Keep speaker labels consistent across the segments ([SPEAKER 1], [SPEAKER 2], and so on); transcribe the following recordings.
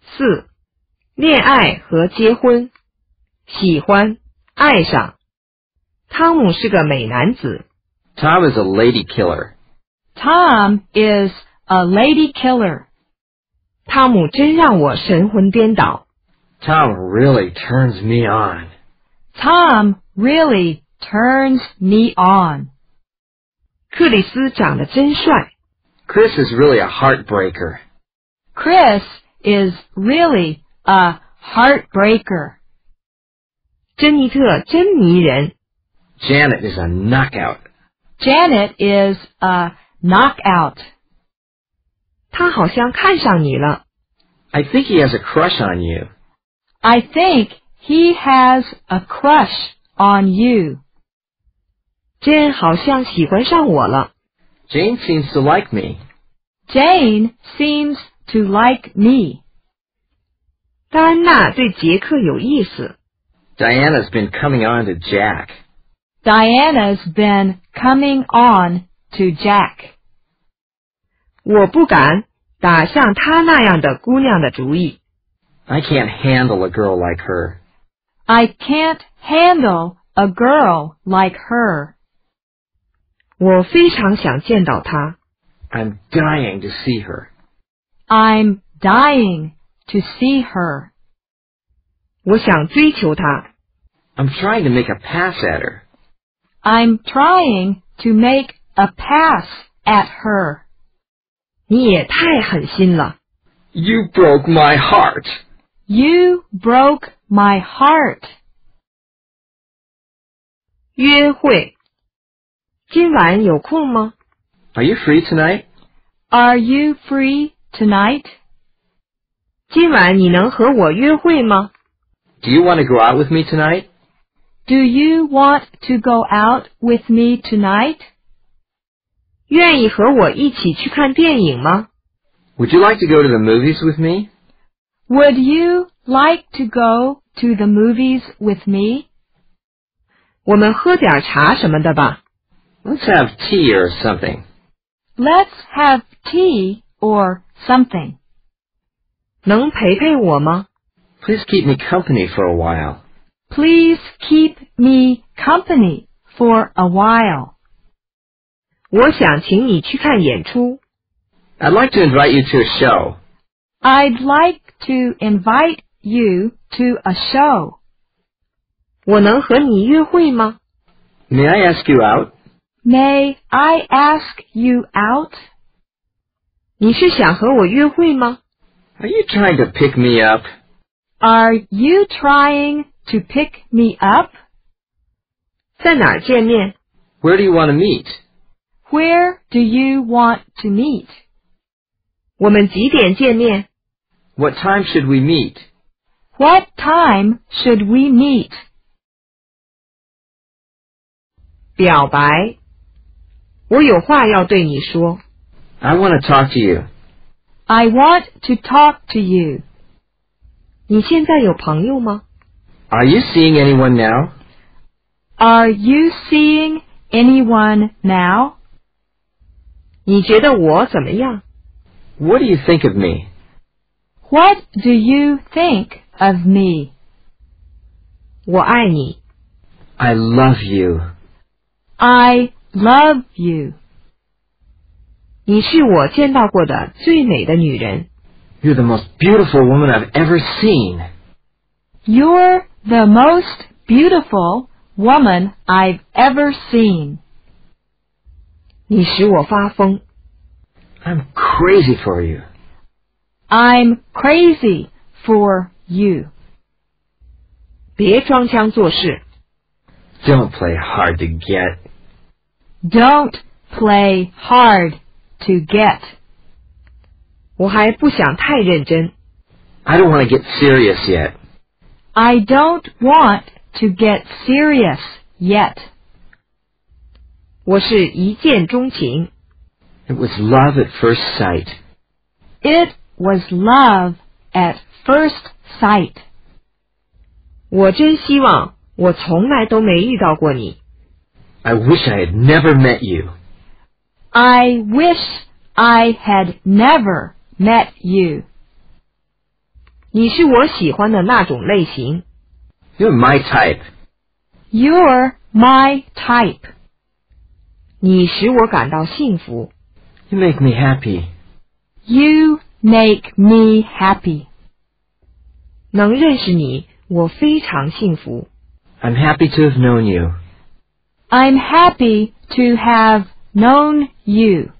[SPEAKER 1] 四、恋爱和结婚，喜欢、爱上。汤姆是个美男子。
[SPEAKER 2] Tom is a lady killer.
[SPEAKER 3] Tom is a lady killer.
[SPEAKER 1] 汤姆真让我神魂颠倒。
[SPEAKER 2] Tom really turns me on.
[SPEAKER 3] Tom really turns me on.
[SPEAKER 1] 克里斯长得真帅。
[SPEAKER 2] Chris is really a heartbreaker.
[SPEAKER 3] Chris is really a heartbreaker.
[SPEAKER 1] 珍妮特真迷人。
[SPEAKER 2] Janet is a knockout.
[SPEAKER 3] Janet is a knockout.
[SPEAKER 1] 他好像看上你了。
[SPEAKER 2] I think he has a crush on you.
[SPEAKER 3] I think he has a crush on you.
[SPEAKER 1] 真好像喜欢上我了。
[SPEAKER 2] Jane seems to like me.
[SPEAKER 3] Jane seems to like me.
[SPEAKER 1] 戴安娜对杰克有意思。
[SPEAKER 2] Diana's been coming on to Jack.
[SPEAKER 3] Diana's been coming on to Jack.
[SPEAKER 1] 我不敢打像她那样的姑娘的主意。
[SPEAKER 2] I can't handle a girl like her.
[SPEAKER 3] I can't handle a girl like her.
[SPEAKER 1] 我非常想见到她。
[SPEAKER 2] I'm dying to see her.
[SPEAKER 3] I'm dying to see her.
[SPEAKER 1] 我想追求她。
[SPEAKER 2] I'm trying to make a pass at her.
[SPEAKER 3] I'm trying to make a pass at her.
[SPEAKER 1] 你也太狠心了。
[SPEAKER 2] You broke my heart.
[SPEAKER 3] You broke my heart.
[SPEAKER 1] 约会。今晚有空吗？
[SPEAKER 2] Are you free tonight?
[SPEAKER 3] Are you free tonight?
[SPEAKER 1] 今晚你能和我约会吗？
[SPEAKER 2] Do you want to go out with me tonight?
[SPEAKER 3] Do you want to go out with me tonight?
[SPEAKER 1] 愿意和我一起去看电影吗？
[SPEAKER 2] Would you like to go to the movies with me?
[SPEAKER 3] Would you like to go to the movies with me?
[SPEAKER 1] 我们喝点茶什么的吧。
[SPEAKER 2] Let's have tea or something.
[SPEAKER 3] Let's have tea or something.
[SPEAKER 1] 能陪陪我吗？
[SPEAKER 2] Please keep me company for a while.
[SPEAKER 3] Please keep me company for a while.
[SPEAKER 1] 我想请你去看演出。
[SPEAKER 2] I'd like to invite you to a show.
[SPEAKER 3] I'd like to invite you to a show.
[SPEAKER 1] 我能和你约会吗？
[SPEAKER 2] May I ask you out?
[SPEAKER 3] May I ask you out?
[SPEAKER 1] 你是想和我约会吗？
[SPEAKER 2] Are you trying to pick me up?
[SPEAKER 3] Are you trying to pick me up?
[SPEAKER 1] 在哪儿见面？
[SPEAKER 2] Where do you want to meet?
[SPEAKER 3] Where do you want to meet?
[SPEAKER 1] 我们几点见面？
[SPEAKER 2] What time should we meet?
[SPEAKER 3] What time should we meet?
[SPEAKER 1] 表白。我有话要对你说。
[SPEAKER 2] I want to talk to you.
[SPEAKER 3] I want to talk to you.
[SPEAKER 1] 你现在有朋友吗？
[SPEAKER 2] Are you seeing anyone now?
[SPEAKER 3] Are you seeing anyone now?
[SPEAKER 1] 你觉得我怎么样？
[SPEAKER 2] What do you think of me?
[SPEAKER 3] What do you think of me?
[SPEAKER 1] 我爱你。
[SPEAKER 2] I love you.
[SPEAKER 3] I love you.
[SPEAKER 1] 你是我见到过的最美的女人。
[SPEAKER 2] You're the most beautiful woman I've ever seen.
[SPEAKER 3] You're the most beautiful woman I've ever seen.
[SPEAKER 1] 你使我发疯。
[SPEAKER 2] I'm crazy for you.
[SPEAKER 3] I'm crazy for you.
[SPEAKER 1] 别装腔作势。
[SPEAKER 2] Don't play hard to get.
[SPEAKER 3] Don't play hard to get.
[SPEAKER 1] 我还不想太认真。
[SPEAKER 2] I don't want to get serious yet.
[SPEAKER 3] I don't want to get serious yet.
[SPEAKER 1] 我是一见钟情。
[SPEAKER 2] It was love at first sight.
[SPEAKER 3] It was love at first sight.
[SPEAKER 1] 我真希望我从来都没遇到过你。
[SPEAKER 2] I wish I had never met you.
[SPEAKER 3] I wish I had never met you.
[SPEAKER 1] 你是我喜欢的那种类型，
[SPEAKER 2] You're my type.
[SPEAKER 3] You're my type.
[SPEAKER 1] 你使我感到幸福，
[SPEAKER 2] You make me happy.
[SPEAKER 3] You make me happy.
[SPEAKER 1] 能认识你，我非常幸福。
[SPEAKER 2] I'm happy to have known you.
[SPEAKER 3] I'm happy to have known you.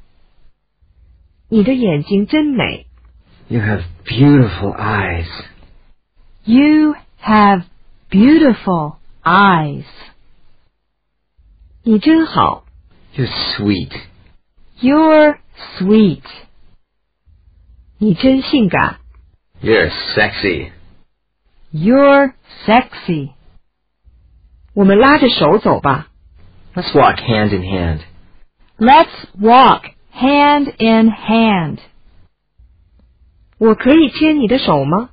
[SPEAKER 1] 你的眼睛真美，
[SPEAKER 2] You have beautiful eyes.
[SPEAKER 3] You have beautiful eyes.
[SPEAKER 1] 你真好，
[SPEAKER 2] You're sweet.
[SPEAKER 3] You're sweet.
[SPEAKER 1] 你真性感，
[SPEAKER 2] You're sexy.
[SPEAKER 3] You're sexy.
[SPEAKER 1] 我们拉着手走吧。
[SPEAKER 2] Let's walk hand in hand.
[SPEAKER 3] Let's walk hand in hand.
[SPEAKER 1] 我可以牵你的手吗？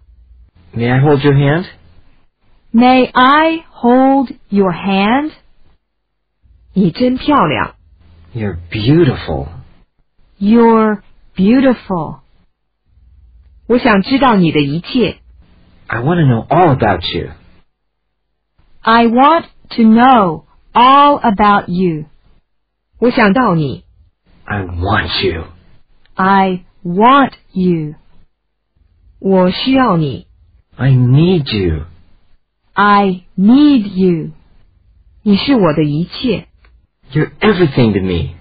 [SPEAKER 2] May I hold your hand?
[SPEAKER 3] May I hold your hand?
[SPEAKER 1] 你真漂亮，
[SPEAKER 2] You're beautiful.
[SPEAKER 3] You're beautiful.
[SPEAKER 1] 我想知道你的一切。
[SPEAKER 2] I want to know all about you.
[SPEAKER 3] I want to know all about you.
[SPEAKER 1] 我想到你，
[SPEAKER 2] I want you.
[SPEAKER 3] I want you.
[SPEAKER 1] 我需要你，
[SPEAKER 2] I need you.
[SPEAKER 3] I need you.
[SPEAKER 1] 你是我的一切。
[SPEAKER 2] You're everything to me.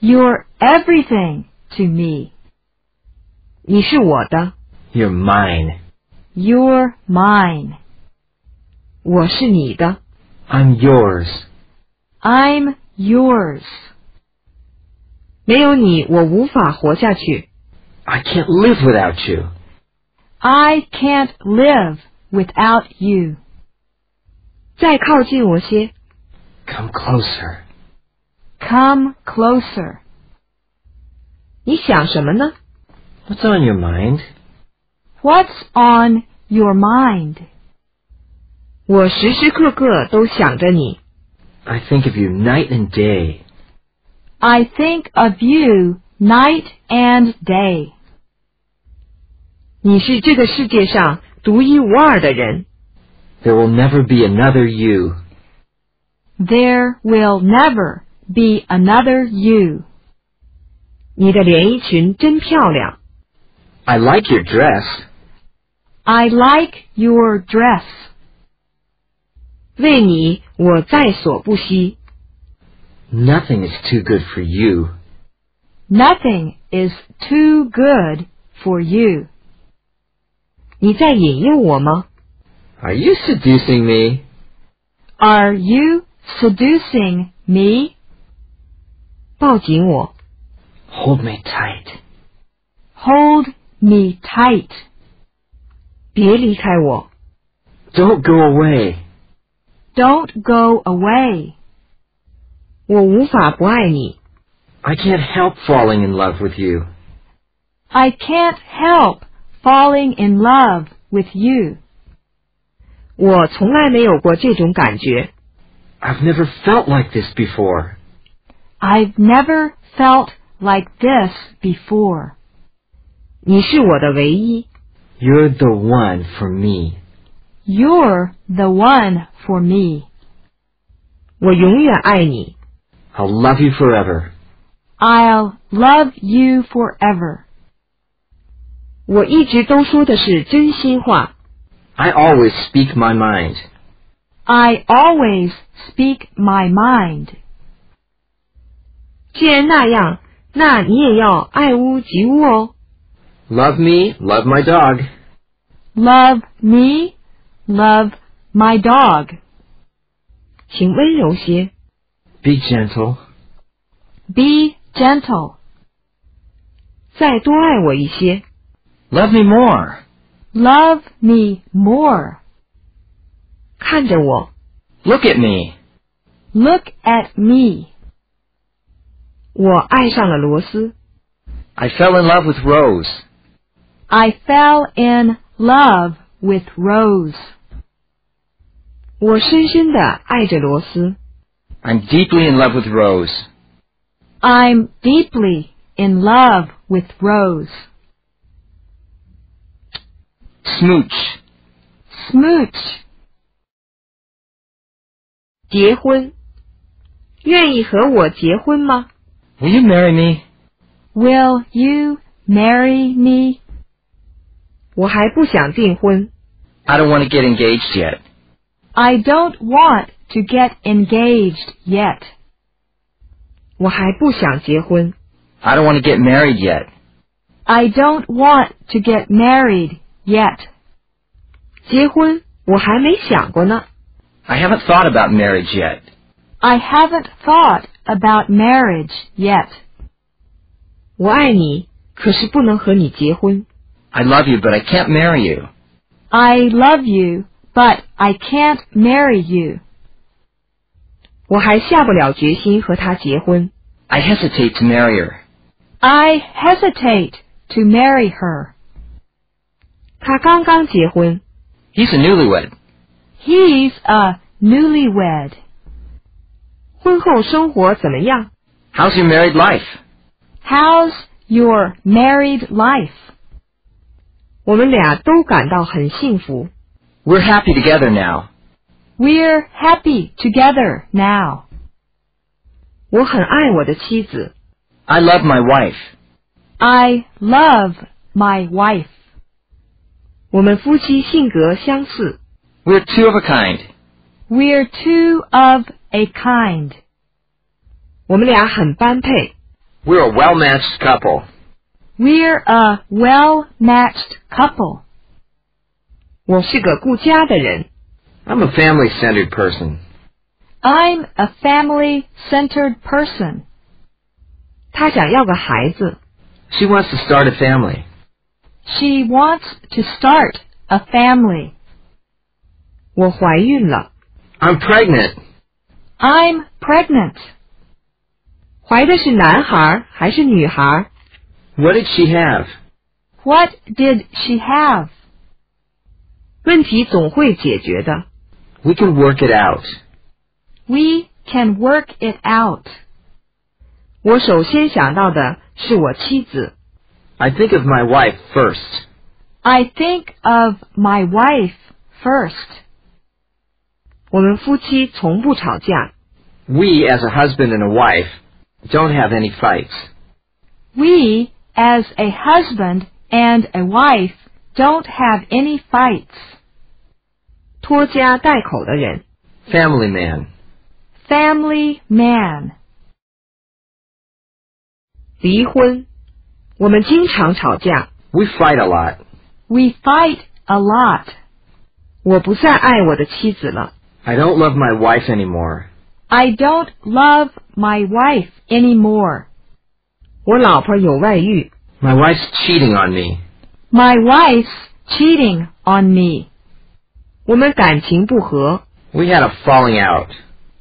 [SPEAKER 3] You're everything to me.
[SPEAKER 1] 你是我的，
[SPEAKER 2] You're mine.
[SPEAKER 3] You're mine.
[SPEAKER 1] 我是你的，
[SPEAKER 2] I'm yours.
[SPEAKER 3] I'm yours.
[SPEAKER 1] 没有你我无法活下去。
[SPEAKER 2] I can't live without you.
[SPEAKER 3] I can't live without you.
[SPEAKER 1] 再靠近我些，
[SPEAKER 2] Come closer.
[SPEAKER 3] Come closer.
[SPEAKER 1] 你想什么呢？
[SPEAKER 2] What's on your mind?
[SPEAKER 3] What's on your mind?
[SPEAKER 1] 我时时刻刻都想着你，
[SPEAKER 2] I think of you night and day.
[SPEAKER 3] I think of you night and day.
[SPEAKER 1] 你是这个世界上独一无二的人。
[SPEAKER 2] There will never be another you.
[SPEAKER 3] There will never be another you.
[SPEAKER 1] 你的连衣裙真漂亮，
[SPEAKER 2] I like your dress.
[SPEAKER 3] I like your dress.
[SPEAKER 1] 为你我在所不惜。
[SPEAKER 2] Nothing is too good for you.
[SPEAKER 3] Nothing is too good for you.
[SPEAKER 1] 你在引诱我吗？
[SPEAKER 2] Are you seducing me?
[SPEAKER 3] Are you seducing me?
[SPEAKER 1] 抱紧我，
[SPEAKER 2] Hold me tight.
[SPEAKER 3] Hold me tight.
[SPEAKER 1] 别离开我，
[SPEAKER 2] Don't go away.
[SPEAKER 3] Don't go away.
[SPEAKER 1] 我无法不爱你。
[SPEAKER 2] I can't help falling in love with you.
[SPEAKER 3] I can't help falling in love with you.
[SPEAKER 1] 我从来没有过这种感觉，
[SPEAKER 2] I've never felt like this before.
[SPEAKER 3] I've never felt like this before.
[SPEAKER 1] 你是我的唯一。
[SPEAKER 2] You're the one for me.
[SPEAKER 3] You're the one for me.
[SPEAKER 1] 我永远爱你，
[SPEAKER 2] I'll love you forever.
[SPEAKER 3] I'll love you forever.
[SPEAKER 1] 我一直都说的是真心话。
[SPEAKER 2] I always speak my mind.
[SPEAKER 3] I always speak my mind.
[SPEAKER 1] 既然那样，那你也要爱屋及乌哦。
[SPEAKER 2] Love me, love my dog.
[SPEAKER 3] Love me, love my dog.
[SPEAKER 1] 请温柔些，
[SPEAKER 2] Be gentle.
[SPEAKER 3] Be gentle.
[SPEAKER 1] 再多爱我一些。
[SPEAKER 2] Love me more.
[SPEAKER 3] Love me more.
[SPEAKER 1] 看着我，
[SPEAKER 2] Look at me.
[SPEAKER 3] Look at me.
[SPEAKER 1] 我爱上了罗斯，
[SPEAKER 2] I fell in love with Rose.
[SPEAKER 3] I fell in love with Rose.
[SPEAKER 1] 我深深的爱着罗斯。
[SPEAKER 2] I'm deeply in love with Rose.
[SPEAKER 3] I'm deeply in love with Rose.
[SPEAKER 2] Smooch.
[SPEAKER 3] smooch,
[SPEAKER 1] 结婚，愿意和我结婚吗？
[SPEAKER 2] Will you marry me?
[SPEAKER 3] will you marry me?
[SPEAKER 1] 我还不想订婚，
[SPEAKER 2] I don't want to get engaged yet.
[SPEAKER 3] I don't want to get engaged yet.
[SPEAKER 1] 我还不想结婚。
[SPEAKER 2] I don't want to get married yet.
[SPEAKER 3] I don't want to get married yet.
[SPEAKER 1] 结婚我还没想过呢。
[SPEAKER 2] I haven't thought about marriage yet.
[SPEAKER 3] I haven't thought about marriage yet.
[SPEAKER 1] 我爱你，可是不能和你结婚。
[SPEAKER 2] I love you, but I can't marry you.
[SPEAKER 3] I love you, but I can't marry you.
[SPEAKER 1] 我还下不了决心和他结婚。
[SPEAKER 2] I hesitate to marry her.
[SPEAKER 3] I hesitate to marry her.
[SPEAKER 1] 他刚刚结婚，
[SPEAKER 2] He's a newlywed.
[SPEAKER 3] He's a newlywed.
[SPEAKER 1] 婚后生活怎么样？
[SPEAKER 2] How's your married life?
[SPEAKER 3] How's your married life?
[SPEAKER 1] 我们俩都感到很幸福。
[SPEAKER 2] We're happy together now.
[SPEAKER 3] We're happy together now.
[SPEAKER 1] 我很爱我的妻子，
[SPEAKER 2] I love my wife.
[SPEAKER 3] I love my wife.
[SPEAKER 1] 我们夫妻性格相似，
[SPEAKER 2] We're two of a kind.
[SPEAKER 3] We're two of a kind.
[SPEAKER 1] 我们俩很般配。
[SPEAKER 2] We're a well-matched couple.
[SPEAKER 3] We're a well-matched couple.
[SPEAKER 1] 我是个顾家的人，
[SPEAKER 2] I'm a family-centered person.
[SPEAKER 3] I'm a family-centered person.
[SPEAKER 1] 他想要个孩子，
[SPEAKER 2] She wants to start a family.
[SPEAKER 3] She wants to start a family.
[SPEAKER 1] 我怀孕了，
[SPEAKER 2] I'm pregnant.
[SPEAKER 3] I'm pregnant.
[SPEAKER 1] 怀的是男孩儿还是女孩儿？
[SPEAKER 2] What did she have?
[SPEAKER 3] What did she have?
[SPEAKER 1] 问题总会解决的。
[SPEAKER 2] We can work it out.
[SPEAKER 3] We can work it out.
[SPEAKER 1] 我首先想到的是我妻子，
[SPEAKER 2] I think of my wife first.
[SPEAKER 3] I think of my wife first.
[SPEAKER 1] 我们夫妻从不吵架，
[SPEAKER 2] We, as a husband and a wife, don't have any fights.
[SPEAKER 3] We, as a husband and a wife, don't have any fights.
[SPEAKER 1] 拖家带口的人。
[SPEAKER 2] Family man.
[SPEAKER 3] Family man.
[SPEAKER 1] 离婚，我们经常吵架，
[SPEAKER 2] We fight a lot.
[SPEAKER 3] We fight a lot.
[SPEAKER 1] 我不再爱我的妻子了，
[SPEAKER 2] I don't love my wife anymore.
[SPEAKER 3] I don't love my wife anymore.
[SPEAKER 1] 我老婆有外遇，
[SPEAKER 2] My wife's cheating on me.
[SPEAKER 3] My wife's cheating on me.
[SPEAKER 1] 我们感情不和，
[SPEAKER 2] We had a falling out.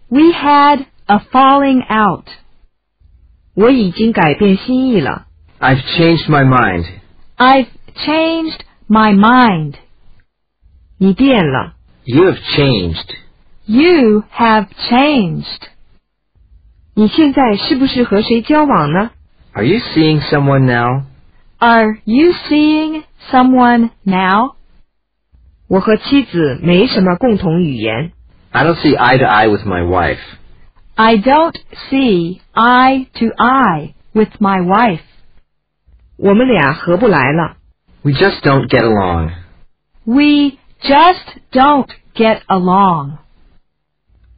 [SPEAKER 3] We had a falling out.
[SPEAKER 1] 我已经改变心意了，
[SPEAKER 2] I've changed my mind.
[SPEAKER 3] I've changed my mind.
[SPEAKER 1] 你变了，
[SPEAKER 2] You have changed.
[SPEAKER 3] You have changed.
[SPEAKER 1] 你现在是不是和谁交往呢？
[SPEAKER 2] Are you seeing someone now?
[SPEAKER 3] Are you seeing someone now?
[SPEAKER 1] 我和妻子没什么共同语言，
[SPEAKER 2] I don't see eye to eye with my wife.
[SPEAKER 3] I don't see eye to eye with my wife.
[SPEAKER 1] 我们俩合不来了。
[SPEAKER 2] We just don't get along.
[SPEAKER 3] We just don't get along.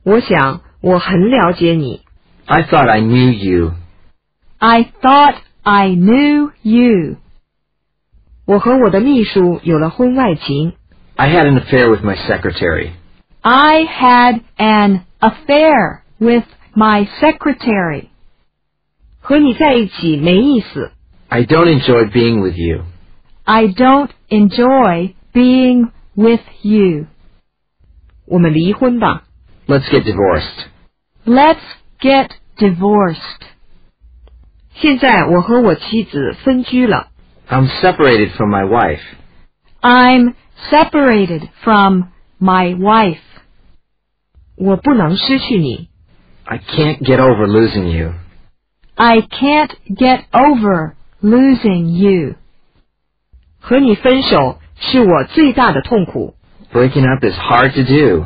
[SPEAKER 1] 我想我很了解你，
[SPEAKER 2] I thought I knew you.
[SPEAKER 3] I thought I knew you.
[SPEAKER 1] 我和我的秘书有了婚外情，
[SPEAKER 2] I had an affair with my secretary.
[SPEAKER 3] I had an affair with my secretary.
[SPEAKER 1] 和你在一起没意思。
[SPEAKER 2] I don't enjoy being with you.
[SPEAKER 3] I don't enjoy being with you.
[SPEAKER 1] 我们离婚吧。
[SPEAKER 2] Let's get divorced.
[SPEAKER 3] Let's get divorced.
[SPEAKER 1] 现在我和我妻子分居了，
[SPEAKER 2] I'm separated from my wife.
[SPEAKER 3] I'm separated from my wife.
[SPEAKER 1] 我不能失去你。
[SPEAKER 2] I can't get over losing you.
[SPEAKER 3] I can't get over losing you.
[SPEAKER 1] 和你分手是我最大的痛苦。
[SPEAKER 2] Breaking up is hard to do.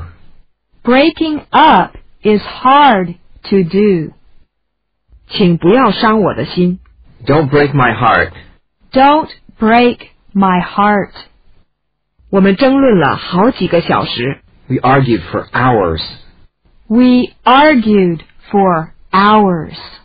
[SPEAKER 3] Breaking up is hard to do.
[SPEAKER 1] 请不要伤我的心，
[SPEAKER 2] Don't break my heart.
[SPEAKER 3] Don't break my heart.
[SPEAKER 1] 我们争论了好几个小时。
[SPEAKER 2] We argued for hours.
[SPEAKER 3] We argued for hours.